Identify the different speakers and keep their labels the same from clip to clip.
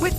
Speaker 1: With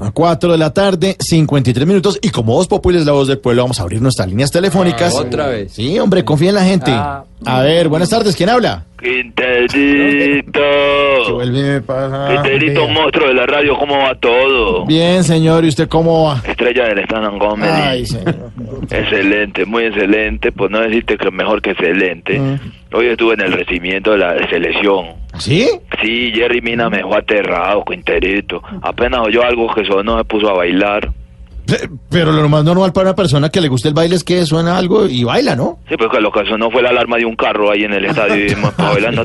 Speaker 2: A 4 de la tarde, 53 minutos. Y como Voz Popular es la voz del pueblo, vamos a abrir nuestras líneas telefónicas.
Speaker 3: Ah, otra vez.
Speaker 2: Sí, hombre, confía en la gente.
Speaker 3: Ah.
Speaker 2: A ver, buenas tardes, ¿quién habla?
Speaker 4: Quinterito.
Speaker 2: Vuelve para...
Speaker 4: Quinterito, monstruo de la radio, ¿cómo va todo?
Speaker 2: Bien, señor, ¿y usted cómo va?
Speaker 4: Estrella del stand-up comedy.
Speaker 2: Ay, señor.
Speaker 4: Excelente, muy excelente, pues no decirte que mejor que excelente.
Speaker 2: Ah.
Speaker 4: Hoy estuve en el recibimiento de la selección.
Speaker 2: ¿Sí?
Speaker 4: Sí, Jerry Mina me dejó aterrado, Quinterito. Apenas oyó algo que sonó, se puso a bailar.
Speaker 2: Pe- Pero lo más normal para una persona que le guste el baile es que suena algo y baila, ¿no?
Speaker 4: Sí, pues que lo que sonó fue la alarma de un carro ahí en el estadio y no está bailando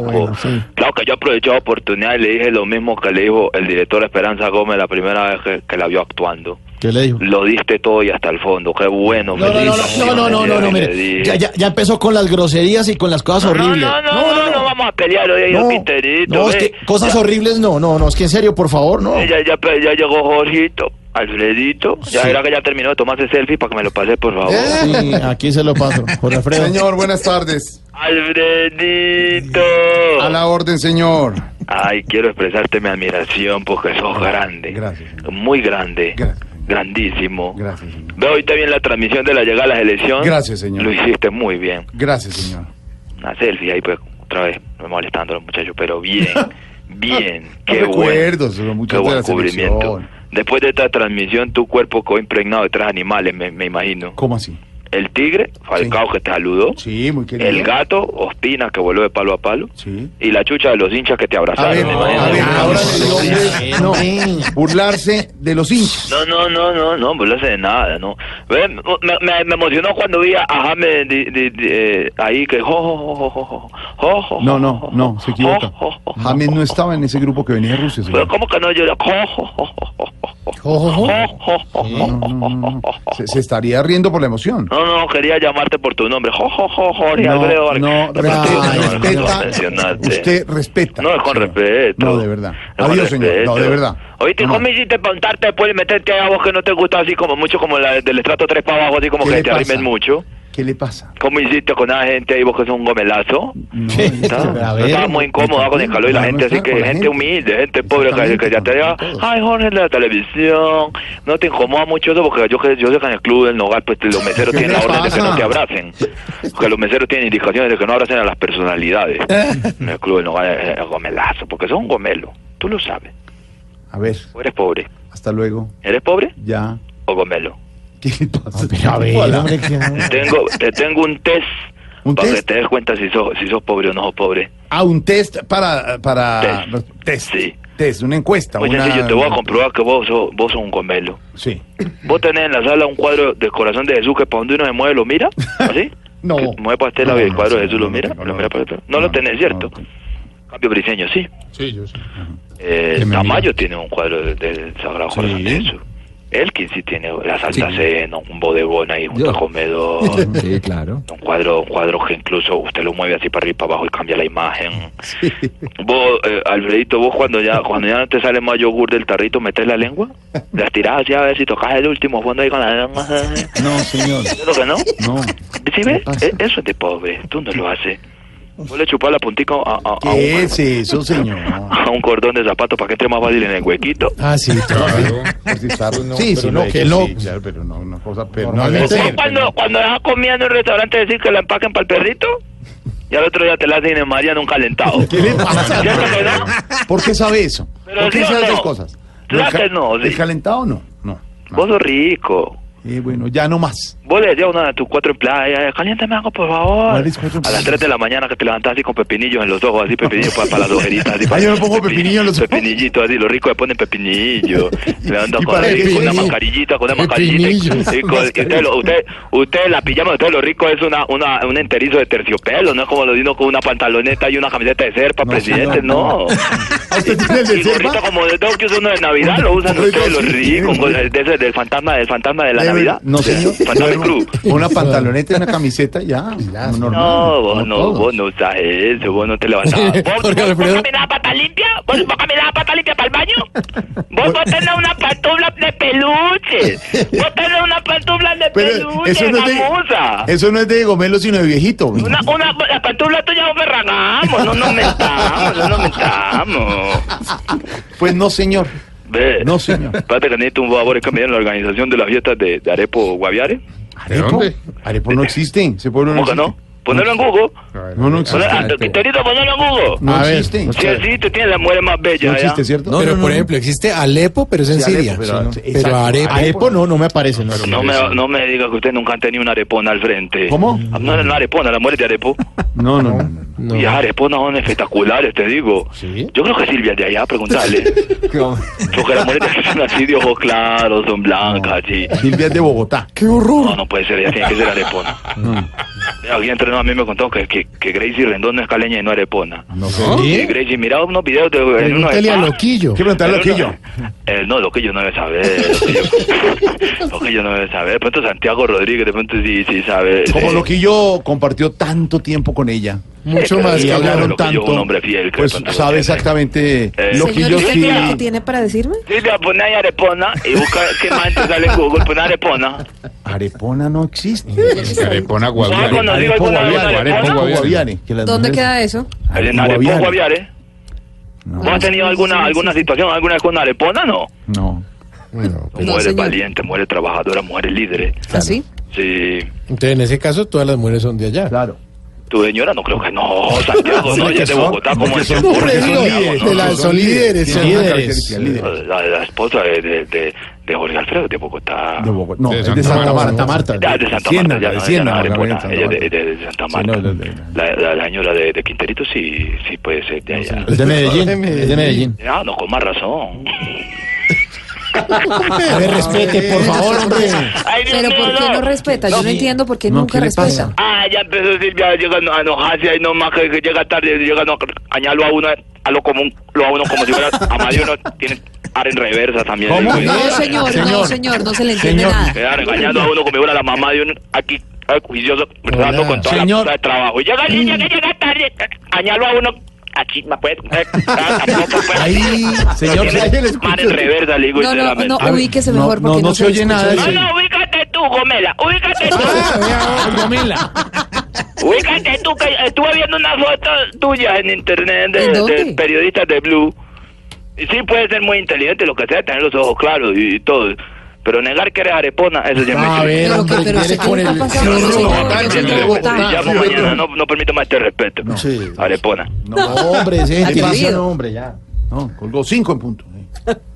Speaker 2: Ah, bueno, sí.
Speaker 4: Claro que yo aproveché la oportunidad y le dije lo mismo que le dijo el director Esperanza Gómez la primera vez que, que la vio actuando.
Speaker 2: ¿Qué le dijo?
Speaker 4: Lo diste todo y hasta el fondo, qué bueno.
Speaker 2: No, no, no, no, no, no, no, no, no, mire. Ya, ya, ya empezó con las groserías y con las cosas
Speaker 4: No,
Speaker 2: horribles.
Speaker 4: no, no, no, no vamos a pelear hoy,
Speaker 2: No,
Speaker 4: Quinterito.
Speaker 2: no, es
Speaker 4: eh.
Speaker 2: que cosas
Speaker 4: Ya-
Speaker 2: horribles no, no, no, es que en serio, por favor, no.
Speaker 4: Eh, Ya, ya, pe- ya llegó Jorgito, Alfredito. Ya
Speaker 2: Sí. ¿Eh?
Speaker 4: era que ya terminó de tomarse selfie para que me lo pase, por favor.
Speaker 2: Sí, aquí se lo paso, Jorge Alfredo.
Speaker 5: Señor, buenas tardes.
Speaker 4: Alfredito.
Speaker 5: A la orden, señor.
Speaker 4: Ay, quiero expresarte mi admiración porque sos grande.
Speaker 5: Gracias.
Speaker 4: Muy grande.
Speaker 5: Gracias.
Speaker 4: Grandísimo.
Speaker 5: Gracias, señor.
Speaker 4: Veo ahorita bien la transmisión de la llegada a la selección.
Speaker 5: Gracias, señor.
Speaker 4: Lo hiciste muy bien.
Speaker 5: Gracias, señor.
Speaker 4: Una selfie ahí, pues, otra vez, me molestando a los muchachos, pero bien, bien, qué bueno.
Speaker 5: recuerdos, los
Speaker 4: Qué
Speaker 5: muchachos de
Speaker 4: buen
Speaker 5: la
Speaker 4: cubrimiento.
Speaker 5: selección.
Speaker 4: Después de esta transmisión, tu cuerpo quedó impregnado de tres animales, me, me imagino.
Speaker 5: ¿Cómo así?
Speaker 4: El tigre, Falcao, que te saludó.
Speaker 5: Sí, muy querido.
Speaker 4: El gato, Ospina, que voló de palo a palo.
Speaker 5: Sí.
Speaker 4: Y la chucha de los hinchas que te
Speaker 5: A
Speaker 4: abrazaron.
Speaker 5: ver,
Speaker 4: me
Speaker 5: a ver,
Speaker 4: imagino.
Speaker 5: ahora el hombre, no, burlarse de los hinchas.
Speaker 4: No, no, no, no, no, burlarse de nada, no. Ve, Me, me- me emocionó cuando vi a James di- di- di- eh, ahí que... jo, jo, jo, jo, jo, jo, jo,
Speaker 5: No, no, no, se equivoca.
Speaker 4: jo, jo, jo.
Speaker 5: James no estaba en ese grupo que venía de Rusia,
Speaker 4: Pero
Speaker 5: señor.
Speaker 4: ¿cómo que no llora? Jo, jo, jo, jo, jo, jo,
Speaker 5: Oh.
Speaker 2: Ojo,
Speaker 4: jo, jo, jo,
Speaker 5: No, no, no, no.
Speaker 4: jo, jo.
Speaker 5: Se, se estaría riendo por la emoción.
Speaker 4: No, no, quería llamarte por tu nombre. Jo, jo, jo, Jorge
Speaker 5: No,
Speaker 4: Alfredo.
Speaker 5: no,
Speaker 4: Te perdono,
Speaker 5: respeta,
Speaker 4: no, no,
Speaker 5: respeta.
Speaker 4: mencionaste.
Speaker 5: Usted respeta.
Speaker 4: No, es con
Speaker 5: señor.
Speaker 4: respeto.
Speaker 5: No, de verdad.
Speaker 4: Es con
Speaker 5: Adiós, señor.
Speaker 4: respeto.
Speaker 5: No, de verdad.
Speaker 4: Oíste,
Speaker 5: No.
Speaker 4: ¿cómo hiciste para untarte después y meterte a vos que no te gusta así como mucho, como la del estrato 3 para abajo, así como
Speaker 5: ¿Qué
Speaker 4: que
Speaker 5: le
Speaker 4: te
Speaker 5: pasa?
Speaker 4: arrimen mucho?
Speaker 5: ¿Qué le pasa?
Speaker 4: ¿Cómo hiciste con la gente ahí vos que sos un gomelazo?
Speaker 2: A
Speaker 4: No,
Speaker 2: ver,
Speaker 4: estaba muy incómodo con el calor y la
Speaker 5: no, no
Speaker 4: gente, así
Speaker 5: estaba
Speaker 4: que
Speaker 5: con la
Speaker 4: gente,
Speaker 5: gente.
Speaker 4: humilde, gente pobre que, que ya te diga,
Speaker 5: Exactamente, con
Speaker 4: ay Jorge, la televisión, no te incomoda mucho eso porque yo, yo sé que en el club del Nogal pues los meseros
Speaker 5: ¿Qué
Speaker 4: tienen la
Speaker 5: le
Speaker 4: orden de que
Speaker 5: pasa?
Speaker 4: no te abracen, porque los meseros tienen indicaciones de que no abracen a las personalidades. En el club del Nogal es, es gomelazo, porque son un gomelo, tú lo sabes,
Speaker 5: A ver,
Speaker 4: o eres pobre,
Speaker 5: hasta luego.
Speaker 4: ¿eres pobre
Speaker 5: Ya.
Speaker 4: o gomelo?
Speaker 5: ¿Qué le pasa?
Speaker 2: a ver, hombre, que-
Speaker 4: Tengo, te tengo un test
Speaker 5: ¿Un
Speaker 4: para
Speaker 5: test?
Speaker 4: que te des cuenta si sos, si sos pobre o no sos pobre.
Speaker 5: Ah, un test para... para
Speaker 4: Test. Sí.
Speaker 5: Test, una encuesta.
Speaker 4: Muy
Speaker 5: una-
Speaker 4: sencillo, te voy a comprobar que vos sos, vos sos un gomelo.
Speaker 5: Sí.
Speaker 4: Vos tenés en la sala un cuadro del corazón de Jesús que para donde uno se mueve lo mira, ¿así?
Speaker 5: No.
Speaker 4: Que mueve para este
Speaker 5: No,
Speaker 4: lado y el
Speaker 5: no,
Speaker 4: cuadro de
Speaker 5: sí,
Speaker 4: Jesús
Speaker 5: no
Speaker 4: lo
Speaker 5: lo
Speaker 4: mira,
Speaker 5: tengo,
Speaker 4: lo
Speaker 5: no
Speaker 4: mira
Speaker 5: lo
Speaker 4: para
Speaker 5: tengo.
Speaker 4: otro. No lo
Speaker 5: No,
Speaker 4: tenés,
Speaker 5: no
Speaker 4: ¿cierto?
Speaker 5: lo tengo.
Speaker 4: Cambio briseño, sí.
Speaker 6: Sí, yo sí.
Speaker 4: Eh,
Speaker 5: Que me
Speaker 4: Tamayo
Speaker 5: mira.
Speaker 4: tiene un cuadro de- del Sagrado Corazón de Jesús. Elkin sí tiene la Santa
Speaker 6: Sí.
Speaker 4: Cena, un bodegón ahí junto
Speaker 6: Yo.
Speaker 4: al comedor.
Speaker 6: Sí, claro.
Speaker 4: Un cuadro, un cuadro que incluso usted lo mueve así para arriba y para abajo y cambia la imagen. Vos, eh, Alfredito, vos cuando ya cuando ya no te sale más yogur del tarrito, metes la lengua, la tirás así a ver si tocas el último fondo ahí con la lengua.
Speaker 5: No, señor.
Speaker 4: ¿Es lo que no?
Speaker 5: No.
Speaker 4: ¿Sí ves?
Speaker 5: pasa?
Speaker 4: E- Eso es de pobre, tú no lo haces. Vos le chupás la puntica a, a- a
Speaker 5: ¿Qué
Speaker 4: un,
Speaker 5: es eso, señor?
Speaker 4: a un cordón de zapato para que entre más fácil en el huequito.
Speaker 2: Ah, sí,
Speaker 5: Por si está-
Speaker 6: no,
Speaker 5: sí,
Speaker 6: pero
Speaker 5: sí,
Speaker 6: no,
Speaker 5: lo he
Speaker 6: que
Speaker 5: hecho,
Speaker 6: no.
Speaker 5: sí, claro, pero no, una cosa, pero no
Speaker 2: Normalmente-
Speaker 5: debe
Speaker 4: ¿Vos
Speaker 5: ser,
Speaker 4: cuando,
Speaker 5: pero-
Speaker 4: cuando dejas comida en un restaurante decir que la empaquen para el perrito? Y al otro día te la hacen en María en un calentado.
Speaker 5: ¿Qué le pasa?
Speaker 4: ¿Cierto que no?
Speaker 5: ¿Por qué sabe eso?
Speaker 4: Pero
Speaker 5: ¿Por qué
Speaker 4: sí o
Speaker 5: sabe
Speaker 4: no.
Speaker 5: esas cosas?
Speaker 4: Claro
Speaker 5: ¿El ca-
Speaker 4: que no, sí.
Speaker 5: ¿El calentado no? No. no.
Speaker 4: Vos sos rico.
Speaker 5: Eh, bueno, ya no más.
Speaker 4: Vos Vos le decías a una de tus cuatro empleadas, "Ay, ay, caliéntame algo, por favor.
Speaker 5: ¿Cuáles cuatro
Speaker 4: A las
Speaker 5: empleadas?
Speaker 4: 3 de la mañana que te levantas así con pepinillos en los ojos, así pepinillos para, para las ojeritas. Así, para-
Speaker 5: yo no pongo
Speaker 4: pepi-
Speaker 5: pepinillo en los ojos.
Speaker 4: Pepinillitos, así, los ricos le ponen pepinillo. Se levantan
Speaker 5: ¿Y
Speaker 4: con,
Speaker 5: para
Speaker 4: así,
Speaker 5: qué
Speaker 4: con una
Speaker 5: pepinillo?
Speaker 4: mascarillita, con una mascarillita. y-
Speaker 5: Pepinillos,
Speaker 4: y con- y usted, lo- usted, usted, la pijama de ustedes, los ricos, es una, una, un enterizo de terciopelo, no es como lo vino con una pantaloneta y una camiseta de serpa, presidente, no.
Speaker 5: ¿Usted tiene el
Speaker 4: Y
Speaker 5: de
Speaker 4: gorrito
Speaker 5: Selva?
Speaker 4: como de todo que usa uno de Navidad, lo usan
Speaker 5: Gorrito
Speaker 4: ustedes los
Speaker 5: así.
Speaker 4: ricos, con el- de ese- del fantasma, del fantasma de la
Speaker 5: Eh,
Speaker 4: Navidad.
Speaker 5: No, señor.
Speaker 4: Fantasma Cruz.
Speaker 5: Una pantaloneta y una camiseta, ya. normal.
Speaker 4: No, vos no, vos no usas eso, vos no te levantabas. ¿Vos, vos, vos caminabas pata limpia? ¿Vos, vos caminabas pata limpia para el baño? ¿Vos, vos tenés una pantufla de peluche? ¿Vos tenés una pantufla de
Speaker 5: Pero
Speaker 4: peluche,
Speaker 5: eso no, es
Speaker 4: gamuza?
Speaker 5: de, eso no es de Gomelo, sino de viejito. güey.
Speaker 4: Una, una, la pantufla tuya no ferragamos, no nos mentamos, no nos mentamos.
Speaker 5: Pues no, señor.
Speaker 4: Ve.
Speaker 5: No, señor.
Speaker 4: Espérate que necesito un favor, es que me dieron la organización de las fiestas de, de Arepo Guaviare.
Speaker 5: ¿Arepo? Arepo no existe. Ese pueblo no
Speaker 4: ¿Cómo que
Speaker 5: existe.
Speaker 4: no? Ponerlo en Google.
Speaker 5: No, no
Speaker 4: Poner-
Speaker 5: existe.
Speaker 4: ah, Quiterito, ponerlo en Google.
Speaker 5: No
Speaker 3: A ver,
Speaker 5: existe.
Speaker 3: no
Speaker 4: Si existe, tiene las mujeres más bellas.
Speaker 5: No
Speaker 4: allá.
Speaker 5: existe, ¿cierto?
Speaker 3: pero por ejemplo, existe Alepo, pero es en
Speaker 5: Sí, Alepo,
Speaker 3: Siria.
Speaker 5: pero-
Speaker 3: Sí, ¿no?
Speaker 5: sí,
Speaker 3: pero
Speaker 5: exacto.
Speaker 3: Arepo,
Speaker 2: Arepo no, no me aparece. No,
Speaker 4: No me, no me diga que usted nunca han tenido una arepona al frente.
Speaker 5: ¿Cómo?
Speaker 4: Ah, No, una arepona, la mujer de arepo.
Speaker 5: No, no, no. no.
Speaker 3: no.
Speaker 4: Y las areponas son espectaculares, te digo. Yo creo que Silvia es de allá, preguntarle. Porque las mujeres que son así de ojos claros, son blancas, así.
Speaker 5: Silvia es de Bogotá.
Speaker 3: ¡Qué horror!
Speaker 4: No, no puede ser, ella tiene que ser arepona. Aquí entre nos, a mí me contó que, que, que Gracie Rendón no es caleña y no arepona.
Speaker 5: No sé.
Speaker 4: Y Gracie, mira unos videos de... en unos
Speaker 3: Pregúntale a
Speaker 4: spas.
Speaker 3: Loquillo.
Speaker 5: ¿Qué preguntar
Speaker 4: Pero
Speaker 5: lo que yo?
Speaker 4: No, eh, no, lo que yo no debe saber. Lo que yo no debe saber. De pronto Santiago Rodríguez, de pronto sí, sí sabe.
Speaker 5: Como
Speaker 4: sí.
Speaker 5: Loquillo compartió tanto tiempo con ella.
Speaker 3: Mucho
Speaker 4: Eh,
Speaker 3: más
Speaker 5: Y
Speaker 3: que
Speaker 4: claro,
Speaker 5: hablaron
Speaker 3: hablaron.
Speaker 4: Loquillo,
Speaker 5: tanto.
Speaker 4: un hombre fiel, que
Speaker 5: pues
Speaker 4: tanto
Speaker 5: sabe
Speaker 4: tiene.
Speaker 5: exactamente
Speaker 4: Eh,
Speaker 5: lo que yo
Speaker 4: Señor,
Speaker 5: sí.
Speaker 4: ¿qué
Speaker 6: tiene para decirme?
Speaker 4: Silvia, pon ahí arepona y busca qué más te sale en Google. Pon arepona.
Speaker 5: Arepona no existe.
Speaker 3: Arepona
Speaker 4: Guaviare. ¿Has conocido
Speaker 5: Arepo
Speaker 4: alguna vez
Speaker 5: Guaviare,
Speaker 4: una
Speaker 5: Arepo
Speaker 4: arepona?
Speaker 5: Guaviare, que las
Speaker 6: ¿Dónde
Speaker 5: mujeres-
Speaker 6: queda eso?
Speaker 4: En Arepón, Guaviare. ¿Vos has tenido alguna, alguna situación alguna vez con arepona? No.
Speaker 5: No.
Speaker 4: mujeres
Speaker 6: señor.
Speaker 4: valientes, mujeres trabajadoras, mujeres líderes.
Speaker 6: ¿Así?
Speaker 4: Sí.
Speaker 3: Entonces, en ese caso, todas las mujeres son de allá.
Speaker 5: Claro.
Speaker 4: Tu señora no creo que no, Santiago, no, ella es de Bogotá, como es
Speaker 3: No, pero digo,
Speaker 4: Santiago,
Speaker 3: de las- son líderes, son
Speaker 2: líderes.
Speaker 3: características, líderes.
Speaker 4: La, la esposa de, de, de, de Jorge Alfredo de Bogotá.
Speaker 5: De Bogotá. No,
Speaker 3: De
Speaker 5: es
Speaker 3: Santa
Speaker 5: de Santa
Speaker 3: Marta,
Speaker 5: Marta.
Speaker 2: Marta.
Speaker 4: Ah, de Santa
Speaker 5: Siena,
Speaker 4: Marta, ya
Speaker 5: de
Speaker 4: no, ella
Speaker 5: Siena,
Speaker 4: no es
Speaker 5: la
Speaker 4: arepona,
Speaker 5: Santa
Speaker 4: ella
Speaker 5: Marta.
Speaker 4: de, de- de Santa
Speaker 5: Sí,
Speaker 4: Marta.
Speaker 5: no, de- de-
Speaker 4: La, la, la señora de, de Quinterito sí, sí puede ser de allá.
Speaker 2: Es de Medellín. Es de Medellín.
Speaker 4: Ah, no, con más razón.
Speaker 2: A ver, respete, por favor, hombre.
Speaker 4: Ay, Dios
Speaker 6: Pero
Speaker 4: mío,
Speaker 6: ¿por qué no respeta? Yo no entiendo por qué nunca
Speaker 5: ¿qué le
Speaker 6: respeta.
Speaker 5: pasa?
Speaker 4: Ah, ya empezó Silvia llegando a enojarse ahí nomás que, que llega tarde, llega no, añalo a uno a lo común, lo a uno como si fuera a más de uno tiene ar en reversa también.
Speaker 5: ¿Cómo?
Speaker 4: Digo,
Speaker 6: No, señor, no,
Speaker 5: Señor.
Speaker 6: señor, no se le entiende
Speaker 5: Señor.
Speaker 6: nada.
Speaker 4: Me ha regañado a uno como si fuera la mamá de uno aquí ay, juicioso, dando con toda
Speaker 2: Señor.
Speaker 4: la puta de trabajo. Y Llega llega llega tarde, eh, añalo a uno aquí me puede eh, ah, tampoco, pues.
Speaker 5: Ahí, señor,
Speaker 4: Tiene
Speaker 5: ahí le
Speaker 4: mar en
Speaker 5: escucho.
Speaker 4: reversa, le digo,
Speaker 6: No, no,
Speaker 4: sinceramente.
Speaker 6: no,
Speaker 5: A ver,
Speaker 6: ubíquese
Speaker 5: no,
Speaker 6: mejor
Speaker 5: no,
Speaker 6: porque
Speaker 5: no
Speaker 6: no
Speaker 5: se oye nada de
Speaker 4: Ah, No,
Speaker 5: eso.
Speaker 4: no, ubícate tú, Gomela, ubícate tú. ubícate tú, que estuve viendo una foto tuya en internet de,
Speaker 6: ¿En dónde?
Speaker 4: de periodistas de Blue. Y sí, puede ser muy inteligente, lo que sea, tener los ojos claros y, y todo. Pero negar que eres arepona, eso ya me
Speaker 5: Ah,
Speaker 3: A
Speaker 4: choca.
Speaker 3: ver,
Speaker 6: Pero
Speaker 3: hombre,
Speaker 6: que- pero
Speaker 3: viene
Speaker 6: usted
Speaker 3: con
Speaker 6: está
Speaker 3: el- No,
Speaker 6: pasando,
Speaker 3: no,
Speaker 6: señor.
Speaker 3: no,
Speaker 6: Yo soy de Bogotá.
Speaker 4: Ya, pues, mañana no, no permito más este respeto. Arepona.
Speaker 5: No, hombre, ese es el
Speaker 6: Atrevido.
Speaker 5: no, hombre, ya. No, colgó cinco en punto. eh.